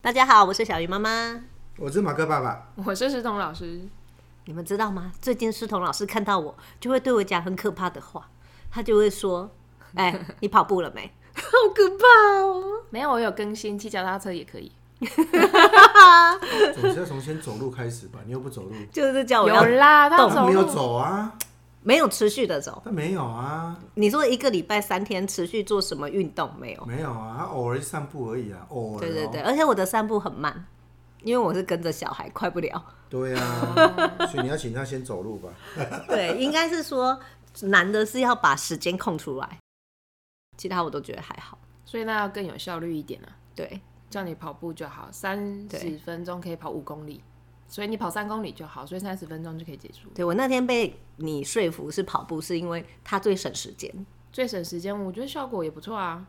大家好，我是小鱼妈妈。我是马克爸爸， 我是石彤老师，你们知道吗？最近师彤老师看到我，就会对我讲很可怕的话，他就会说：“哎、你跑步了没？”好可怕哦！没有我有更新，骑脚踏车也可以。总是要从先走路开始吧？你又 不走路，就是叫我有要啦，他动走没有路，走啊，没有持续的走。但没有啊，你说一个礼拜三天持续做什么运动没有？没有啊，他偶尔去散步而已啊，偶尔、哦。对对对，，而且我的散步很慢，因为我是跟着小孩，快不了。 对 啊，所以你要请他先走路吧。对，应该是说难的是要把时间空出来，其他我都觉得还好。所以那要更有效率一点啊。对，叫你跑步就好，三对十分钟可以跑五公里，所以你跑三公里就好，所以三十分钟就可以结束。对我那天被你说服是跑步，是因为它最省时间。最省时间，我觉得效果也不错啊。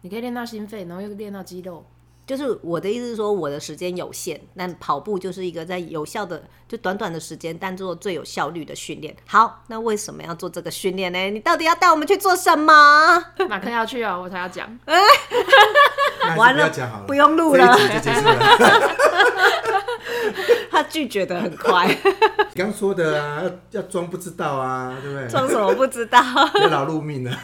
你可以练到心肺，然后又练到肌肉。 就是我的意思是说，我的时间有限，但跑步就是一个在有效的，就短短的时间，但做最有效率的训练。好，那为什么要做这个训练呢？你到底要带我们去做什 么？马克要去哦，我才要讲。那还 是完不了要讲好了，不用录这了一集就结束了。 他拒绝的很快，你刚说的啊，要要装不知道啊，对不对？装什么不知道？要劳碌命啊，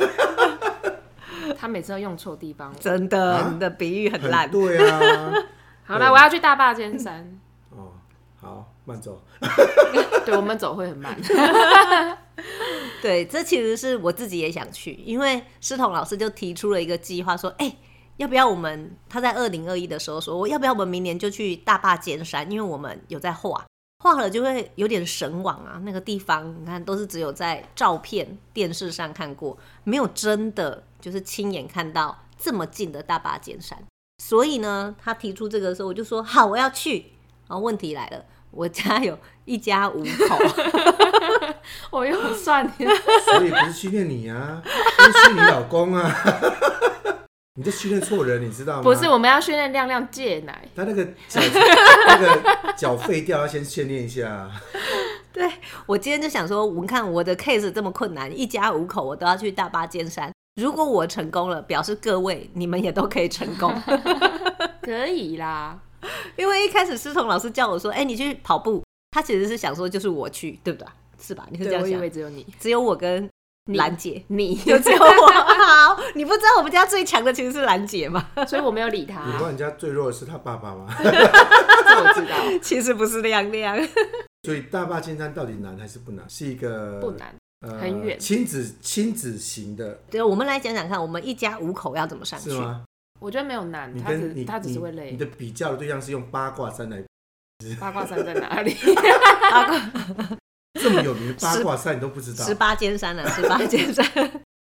他每次都用错地方。真的，啊你的比喻 很很烂。对啊， 好对了，我要去大坝尖山。 哦，好，慢走。对我们走会很慢。对，这其实是我自己也想去，因为师彤老师就提出了一个计划，说，哎、要不要我们？他在二零二一的时候说，我要不要我们明年就去大坝尖山？因为我们有在画，画了就会有点神往啊。那个地方，你看都是只有在照片、电视上看过，没有真的就是亲眼看到这么近的大坝尖山。所以呢，他提出这个的时候，我就说好，我要去。然后问题来了，我家有一家五口。我又算你，所以不是训练你啊，是训你老公啊。 你这训练错人，你知道吗？ 不是我们要训练亮亮戒奶。他那个脚那个脚废掉，要先训练一下。 对我今天就想说，我看我的 case 这么困难，一家五口我都要去大巴尖山。如果我成功了，表示各位你们也都可以成 功。可以啦，因为一开始师彤老师叫我说：“哎、你去跑步。”他其实是想说就是我去，对不对？是吧？你是这对，样我以想为？只有你，只有我跟你兰姐，你就只有我。 好，你不知道我们家最强的其实是兰姐吗？所以我没有理 你不知道他，人家最弱的是他爸爸吗？ 这我知道，其实不是亮亮，所以大坝尖山到底难还是不难？是一个不，难。呃很远亲子亲子型的， 对，我们来讲讲看，我们一家五口要怎么上去是？吗？我觉得没有难，你他跟你只他只是会你累你。的比较的对象是用八卦山来，八卦山在 哪里？这么有名的八卦山你都不知道啊十，八尖山啊，十八尖山。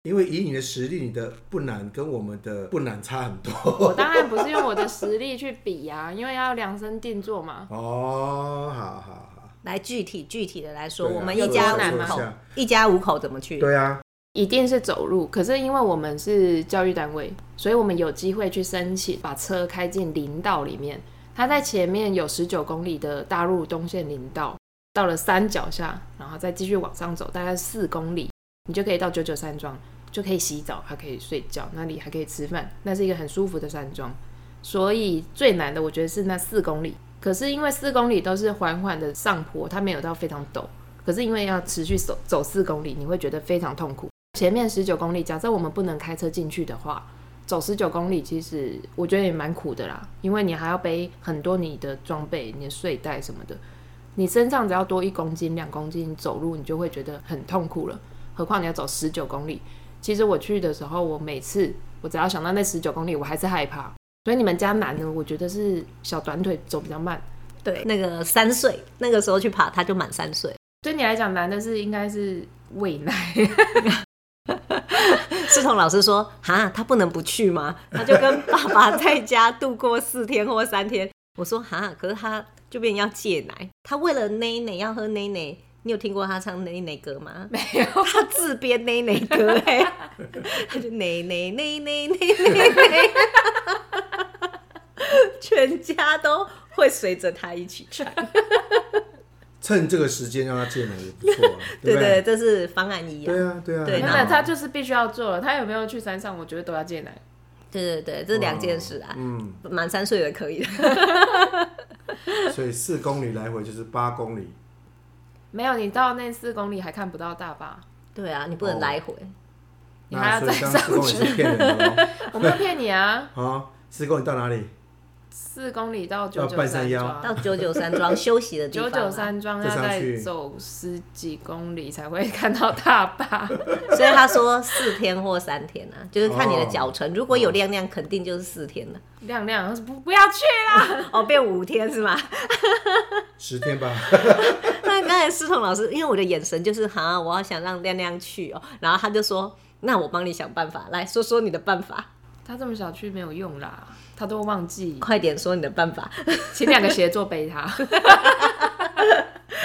因为以你的实力，你的不难跟我们的不难差很我多。当然不是用我的实力去比呀、因为要量身定做嘛。哦，好好好，来具体具体的来说，对啊我们一家有多五难口吗，一家五口怎么去？对啊，一定是走路，可是因为我们是教育单位，所以我们有机会去申请把车开进林道里面。它在前面有十九公里的大陆东线林道，到了山脚下，然后再继续往上走，大概四公里，你就可以到九九山庄，就可以洗澡，还可以睡觉，那里还可以吃饭，那是一个很舒服的山庄。所以最难的我觉得是那四公里，可是因为四公里都是缓缓的上坡，它没有到非常陡，可是因为要持续走走四公里，你会觉得非常痛苦。前面十九公里，假设我们不能开车进去的话，走十九公里其实我觉得也蛮苦的啦，因为你还要背很多你的装备、你的睡袋什么的，你身上只要多一公斤、两公斤，走路你就会觉得很痛苦了，何况你要走十九公里。其实我去的时候，我每次我只要想到那十九公里，我还是害怕。所以你们家男的，我觉得是小短腿走比较慢。对，那个三岁那个时候去爬，他就满三岁。对你来讲，男的是应该是喂奶， 志彤老师说：“哈，他不能不去吗？”他就跟爸爸在家度过四天或三天。我说：“哈，可是他就变成要戒奶，他为了奶奶要喝奶奶。”你有听过他唱奶奶歌吗？没有，他自编奶奶歌哎、他就奶奶奶奶奶奶奶，全家都会随着他一起唱。趁这个时间让他见了也不错啊，对不对，对？这是方案一啊。对啊，对啊，对很真好的他就是必须要做了。他有没有去山上，我觉得都要戒奶。对对对，这是两件事啊。嗯，满三岁的可以的， 所以四公里来回就是八公里，没有，你到那四公里还看不到 大坝，对啊，你不能来回。你还那要所以再这样上四公里是骗人的我没有骗你啊，哦。啊，四公里到哪里？四公里到九到九半山山腰到庄，九九山庄休息的地九方、啊，九，山庄再要上再去走十几公里才会看到大坝。所以他说四天或三天啊，就是看你的哦脚程，如果有亮亮，肯定就是四天了。 亮亮他说不不要去啦， 哦，变五天是吗？十天吧。 那刚才思彤老师，因为我的眼神就是哈，我好想让亮亮去哦，然后他就说，那我帮你想办法，来说说你的办法，他这么小去没有用啦，他都忘记，快点说你的办法。请两个协作背他。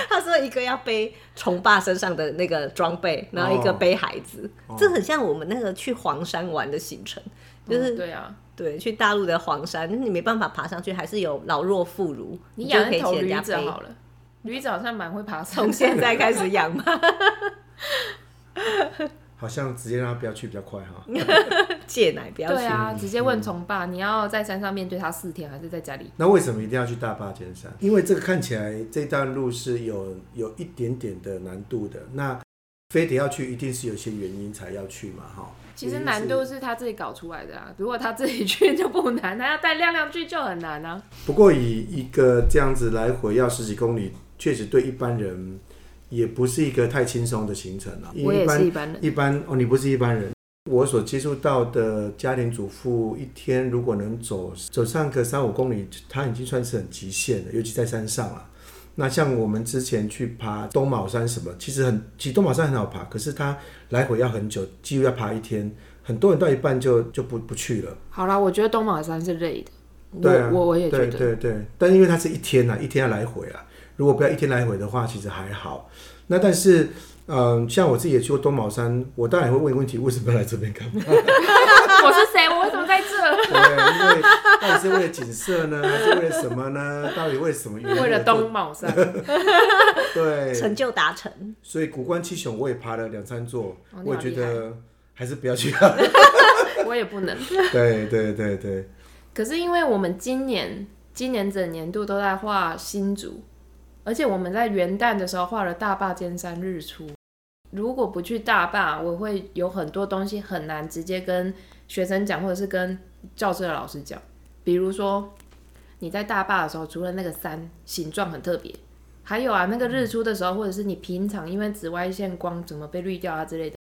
他说一个要背虫爸身上的那个装备，然后一个背孩子，哦这很像我们那个去黄山玩的行程， 就是、嗯对啊，对去大陆的黄山，你没办法爬上去，还是有老弱妇孺，你就养可一以头请人驴家子背。好了，驴子好像蛮会爬山从。现在开始养嘛，好像直接让他不要去比较快哈。戒奶不要对去。啊，直接问从爸，你要在山上面对他四天，还是在家里？那为什么一定要去大坝尖山？因为这个看起来这段路是有有一点点的难度的，那非得要去，一定是有些原因才要去嘛，哈。其实原因难度是他自己搞出来的啊，如果他自己去就不难，他要带亮亮去就很难啊。不过以一个这样子来回要十几公里，确实对一般人也不是一个太轻松的行程啊了、因我为一也般是一般人，一般哦，你不是一般人。我所接触到的家庭主妇，一天如果能走走上个三五公里，她已经算是很极限了，尤其在山上了。那像我们之前去爬东卯山什么，其实很，其实东卯山很好爬，可是它来回要很久，几乎要爬一天。很多人到一半就就不不去了。好啦，我觉得东马山是累的，对啊，我我我也觉对得，对对，但因为它是一天啊，一天要来回啊。如果不要一天来回的话，其实还好。那但是，嗯、像我自己也去过东卯山，我当然也会问一个问题：为什么要来这边干 嘛？ 我是谁？我为什么在这？对，啊因为到底是为了景色呢，还是为了什么呢？到底为了什么原因？为了东卯山， 对，成就达成，所以古关七雄我也爬了两三座，哦你好我也觉厉害得还是不要去了。我也不能。 对对对对，可是因为我们今年今年整年度都在画新竹，而且我们在元旦的时候画了大坝尖山日出。如果不去大坝，我会有很多东西很难直接跟学生讲，或者是跟教室的老师讲。比如说你在大坝的时候，除了那个山形状很特别，还有啊那个日出的时候，或者是你平常因为紫外线光怎么被滤掉啊之类的，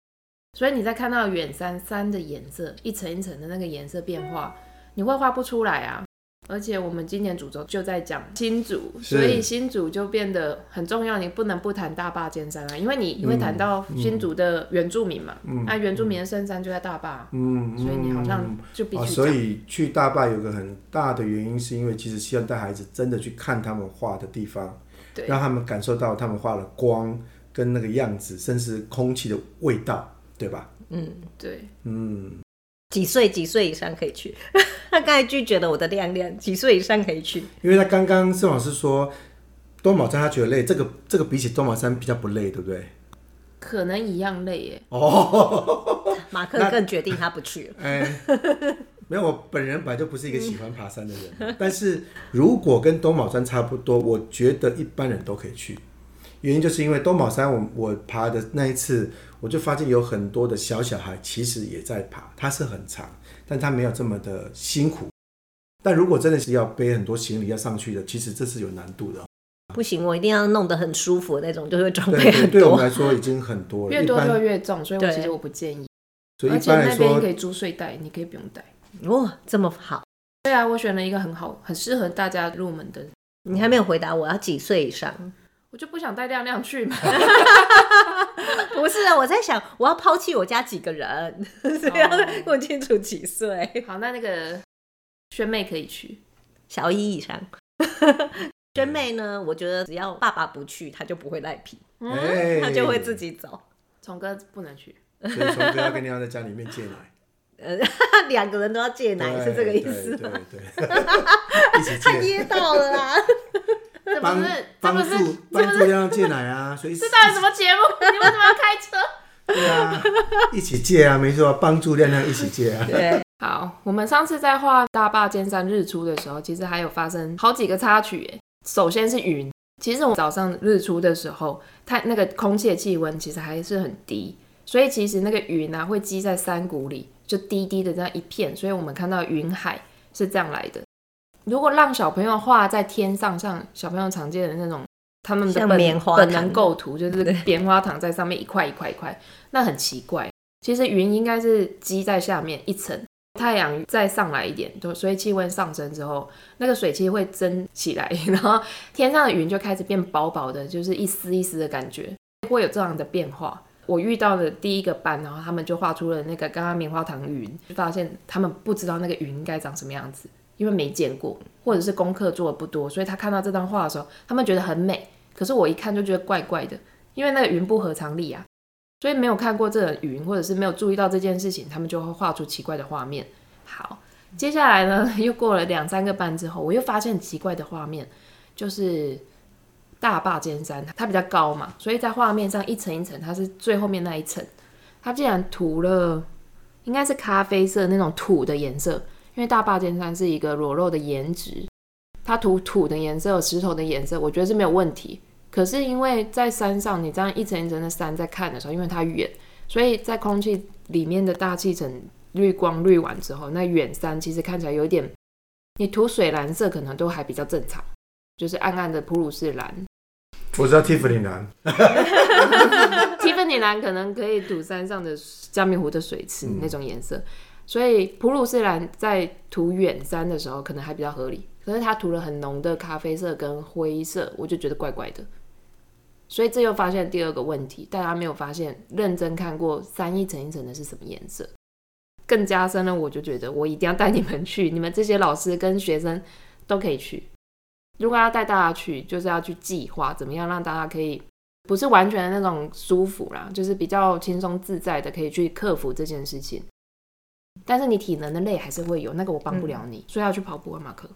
所以你在看到远山山的颜色一层一层的那个颜色变化，你会画不出来啊。而且我们今年主轴就在讲新竹，是所以新竹就变得很重要，你不能不谈大坝尖山啊，因为你会谈到新竹的原住民嘛，那、嗯啊原住民的圣山就在大坝，嗯，所以你好像嗯就必啊，须所讲。以去大坝有个很大的原因，是因为其实希望带孩子真的去看他们画的地方，对让他们感受到他们画的光跟那个样子，甚至空气的味道，对吧？嗯，对，嗯，几岁几岁以上可以去？他刚才拒绝了我的亮亮，几岁以上可以去？因为他刚刚盛老师说多毛山他觉得累，这个这个比起多毛山比较不累，对不对？可能一样累耶。哦，马克更决定他不去了。哎，没有，我本人本来就不是一个喜欢爬山的人， 但是如果跟东卯山差不多，我觉得一般人都可以去。原因就是因为东卯山我，我爬的那一次，我就发现有很多的小小孩其实也在爬，它是很长，但它没有这么的辛苦。但如果真的是要背很多行李要上去的，其实这是有难度的哦。不行，我一定要弄得很舒服的那种，就会装备对对，很对我多们。来说已经很多了， 越一多般就越重，所以我对其实我不建议。所以而一且般来那边说可，以租睡袋，你可以不用带。哦，这么好，对啊，我选了一个很好、很适合大家入门的，你还没有回答我，要几岁以上？ 我就不想带亮亮 去嘛。不是啊，我在想，我要抛弃我家几个人， 所以要哦问清楚几岁，好，那那个萱妹可以去，小一以 上。嗯娟妹呢？我觉得只要爸爸不去，她就不会赖皮，嗯，哎，她 就会自己走。虫哥不能去。所以从哥要跟你要在家里面借奶。呃，两个人都要戒奶，对是这个意思吗？对对对，一起他戒，噎到了啦！ 这不帮是，这不帮是，助这帮不助是，要戒奶 啊，所以这到底什么节目？你为什么要开车？ 对啊，一起戒啊，没错，帮助亮亮一起戒啊。对，好，我们上次在画大坝尖山日出的时候，其实还有发生好几个插曲耶。首先是云，其实我早上日出的时候，它那个空气的气温其实还是很低，所以其实那个云啊会积在山谷里，就低低的这样一片，所以我们看到云海是这样来的。如果让小朋友画在天上，像小朋友常见的那种，他们的像本棉花本糖能构图就是棉花糖在上面一块一块一块，那很奇怪。其实云应该是积在下面一层，太阳再上来一点，就所以气温上升之后，那个水汽会蒸起来， 然后天上的云就开始变薄薄的，就是一丝一丝的感觉，会有这样的变化。我遇到的第一个班，然后他们就画出了那个刚刚棉花糖云，就发现他们不知道那个云应该长什么样子，因为没见过，或者是功课做的不多，所以他看到这张画的时候，他们觉得很美，可是我一看就觉得怪怪的，因为那个云不合常理啊，所以没有看过这个云，或者是没有注意到这件事情，他们就会画出奇怪的画面。好，接下来呢， 又过了两三个班之后，我又发现奇怪的画面，就是大坝尖山，它比较高嘛，所以在画面上一层一层，它是最后面那一层，它竟然涂了应该是咖啡色那种土的颜色，因为大坝尖山是一个裸露的颜值，它涂土的颜色、石头的颜色，我觉得是没有问题。可是因为在山上，你这样一层一层的山在看的时候，因为它远，所以在空气里面的大气层滤光滤完之后，那远山其实看起来有点，你涂水蓝色可能都还比较正常，就是暗暗的普鲁士蓝，我知道 Tiffany 蓝， 蒂芬尼蓝可能可以涂山上的加明湖的水池那种颜色，所以普鲁士蓝在涂远山的时候可能还比较合理，可是它涂了很浓的咖啡色跟灰色，我就觉得怪怪的。所以这又发现第二个问题，大家没有发现认真看过山一层一层的是什么颜色，更加深了我就觉得我一定要带你们去，你们这些老师跟学生都可以去。如果要带大家去，就是要去计划怎么样让大家可以不是完全的那种舒服啦，就是比较轻松自在的，可以去克服这件事情。但是你体能的累还是会有，那个我帮不了你，所以要去跑步啊，马克。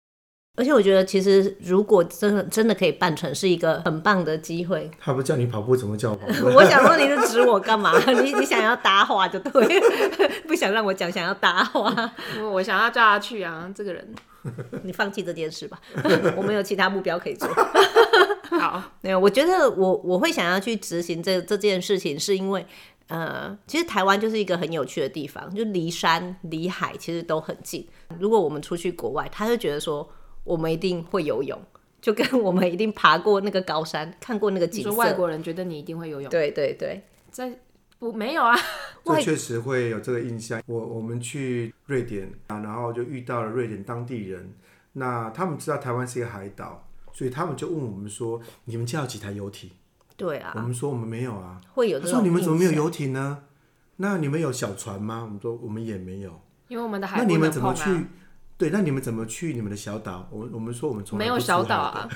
而且我觉得，其实如果真的真的可以办成，是一个很棒的机 会。他不叫你跑步，怎么叫我跑 步？我想说，你是指我干嘛？ 你你想要搭话就对， 不想让我讲，想要搭话， 因为哦我想要叫他去啊，这个人你放弃这件事吧。 我们有其他目标可以做。 好，没有，我觉得我我会想要去执行这这件事情，是因为呃，其实台湾就是一个很有趣的地方，就离山离海其实都很近。如果我们出去国外，他就觉得说我们一定会游泳，就跟我们一定爬过那个高山，看过那个你景说色。外国人觉得你一定会游泳，对对对，在不没有啊？ 这确实会有这个印象。我我们去瑞典啊，然后就遇到了瑞典当地人，那他们知道台湾是一个海岛，所以他们就问我们说：“你们家有几台游艇？”对我啊，们说我们没有啊。会有他这说种。你们怎么没有？游艇呢？那你们有小船吗？我们说我们也没有。因为我们的海那不你们能怎碰么啊去，？对，那你们怎么去你们的小岛？我我们说我们从来没有不出小海岛的啊，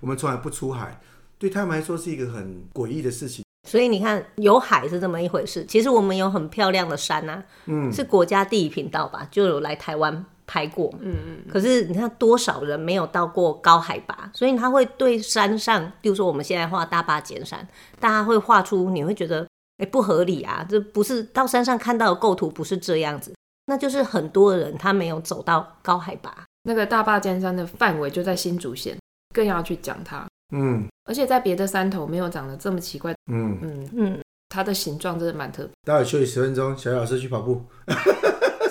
我们从来不出海，对他们来说是一个很诡异的事情。所以你看，有海是这么一回事。其实我们有很漂亮的山呐、嗯，是国家地理频道吧，就有来台湾拍过。嗯嗯。可是你看，多少人没有到过高海拔，所以他会对山上，比如说我们现在画大坝尖山，大家会画出你会觉得，哎、不合理啊，这不是到山上看到的构图不是这样子，那就是很多人他没有走到高海拔。那个大坝尖山的范围就在新竹县，更要去讲它。嗯而且在别的山头没有长得这么奇怪，嗯，嗯，嗯，它的形状真的蛮特 别。待会休息十分钟，小雨老师去跑步，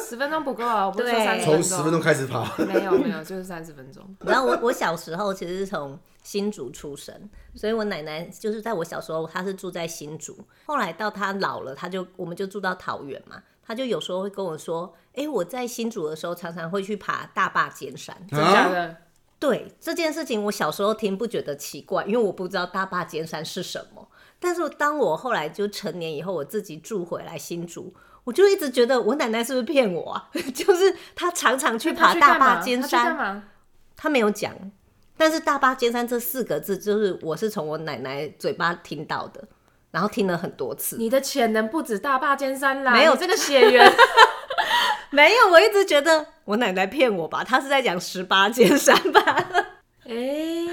十分钟不够啊，我不是说对三从十分钟开始跑。没有没有，就是三十分钟。然后我 我小时候其实是从新竹出生，所以我奶奶就是在我小时候，她是住在新竹，后来到她老了，她就我们就住到桃园嘛，她就有时候会跟我说，哎、我在新竹的时候常常会去爬大坝尖山。 真假啊的？对这件事情，我小时候听不觉得奇怪，因为我不知道大坝尖山是什么。但是当我后来就成年以后，我自己住回来新竹，我就一直觉得我奶奶是不是骗我啊？ 就是她常常去爬他去大干嘛坝尖他去山干，嘛？他没有讲，但是“大巴尖山”这四个字，就是我是从我奶奶嘴巴听到的，然后听了很多次。你的潜能不止大坝尖山啦，没有你这个 血缘。没有，我一直觉得我奶奶骗我吧，她是在讲十八尖山吧， 哎，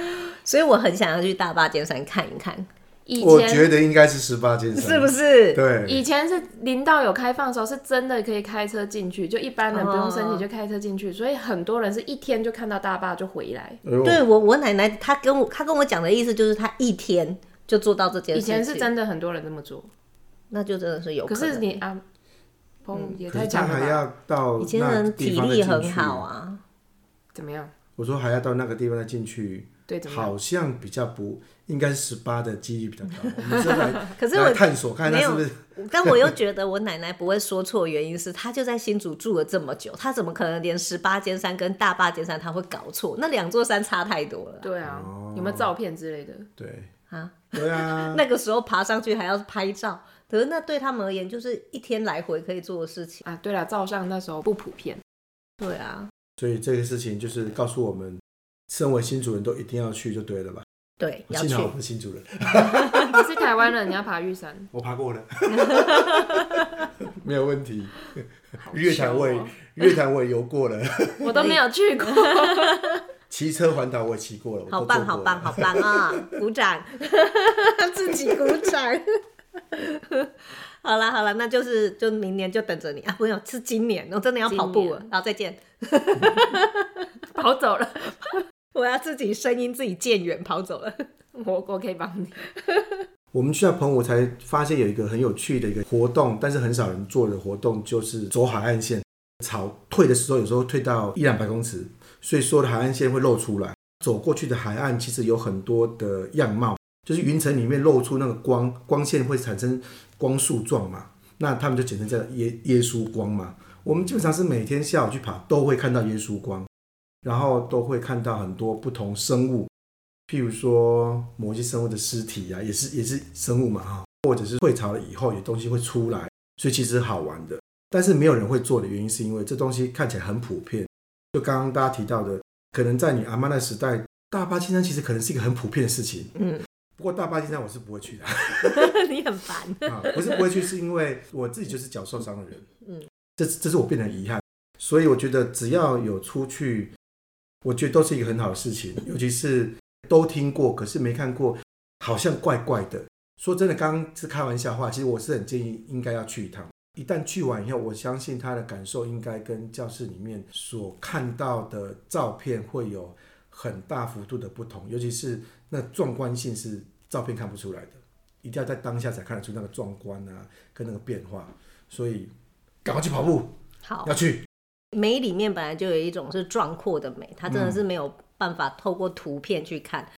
所以我很想要去大巴尖山看一看。以我前觉得应该是十八进山，是不是？对，以前是林道有开放的时候，是真的可以开车进去，就一般人不用申请就开车进去，所以很多人是一天就看到大坝就回来。哎呦对我我奶奶她跟我她跟我讲的意思就是她一天就做到这件以事情，前是真的很多人这么做，那就真的是嗯有可能嗯是你啊，砰也可太是他强了还吧？要到以前那人地体方再力进很去好。 啊，怎么样？我说还要到那个地方再进去，对，怎么样？好像比较不应该是十八的几率比较高。我们是 来可是来我探索看它没是有不是但我又觉得我奶奶不会说错，原因是她就在新竹住了这么久，她怎么可能连十八尖山跟大坝尖山她会搞错？那两座山差太多了啦对啊，哦有没有照片之类的？对啊！对啊， 那个时候爬上去还要拍照，可是那对他们而言就是一天来回可以做的事情。啊，对了，照相那时候不普遍， 对啊，所以这个事情就是告诉我们，身为新主人都一定要去就对了吧？对，要幸去好我不是新主人，你是台湾人，你要爬玉山，我爬过了， 没有问题。月台潭 我也月潭我也游过了，哦我都没有去过。 骑车环岛我也骑过了，我都好坐棒，过好棒，了好棒啊！鼓掌， 自己鼓掌。 好了好了，那就是就明年就等着你啊！不用，是今年，我真的要跑步了今。好，再见！跑走了，我要自己声音自己渐远跑走了。 我我可以帮你。我们去到啊澎湖才发现有一个很有趣的一个活动，但是很少人做的活动，就是走海岸线。潮退的时候，有时候退到一两百公尺，所以说的海岸线会露出来。走过去的海岸其实有很多的样貌，就是云层里面露出那个光，光线会产生光束状嘛，那他们就简称叫耶耶稣光嘛。我们基本上是每天下午去爬都会看到耶稣光，然后都会看到很多不同生物，譬如说某一些生物的尸体啊，也是也是生物嘛哈，或者是退潮了以后有东西会出来，所以其实好玩的。但是没有人会做的原因是因为这东西看起来很普遍，就刚刚大家提到的，可能在你阿妈那时代，大巴金山其实可能是一个很普遍的事情。嗯，不过大巴金山我是不会去的。你很烦。啊，不是不会去，是因为我自己就是脚受伤的人，嗯，这这是我变成遗憾，所以我觉得只要有出去，我觉得都是一个很好的事情，尤其是都听过，可是没看过，好像怪怪的。说真的，刚刚是开玩笑话，其实我是很建议应该要去一趟。一旦去完以后，我相信他的感受应该跟教室里面所看到的照片会有很大幅度的不同，尤其是那壮观性是照片看不出来的。一定要在当下才看得出那个壮观啊，跟那个变化。所以赶快去跑步，好要，去。美里面本来就有一种是壮阔的美，它真的是没有办法透过图片去看。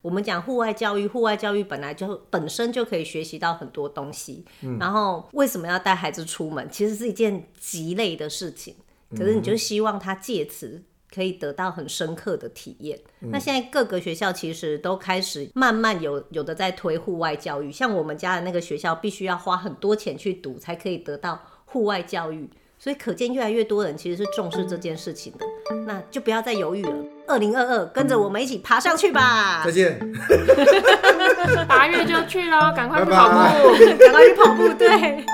我们讲户外教育，户外教育本来就本身就可以学习到很多东西。然后为什么要带孩子出门？其实是一件极累的事情，可是你就希望他借此可以得到很深刻的体验。那现在各个学校其实都开始慢慢有有的在推户外教育，像我们家的那个学校，必须要花很多钱去读才可以得到户外教育。所以可见，越来越多人其实是重视这件事情的，那就不要再犹豫了。二零二二，跟着我们一起爬上去吧！再见。八月就去喽，赶快去拜跑拜步。赶快去跑步，对。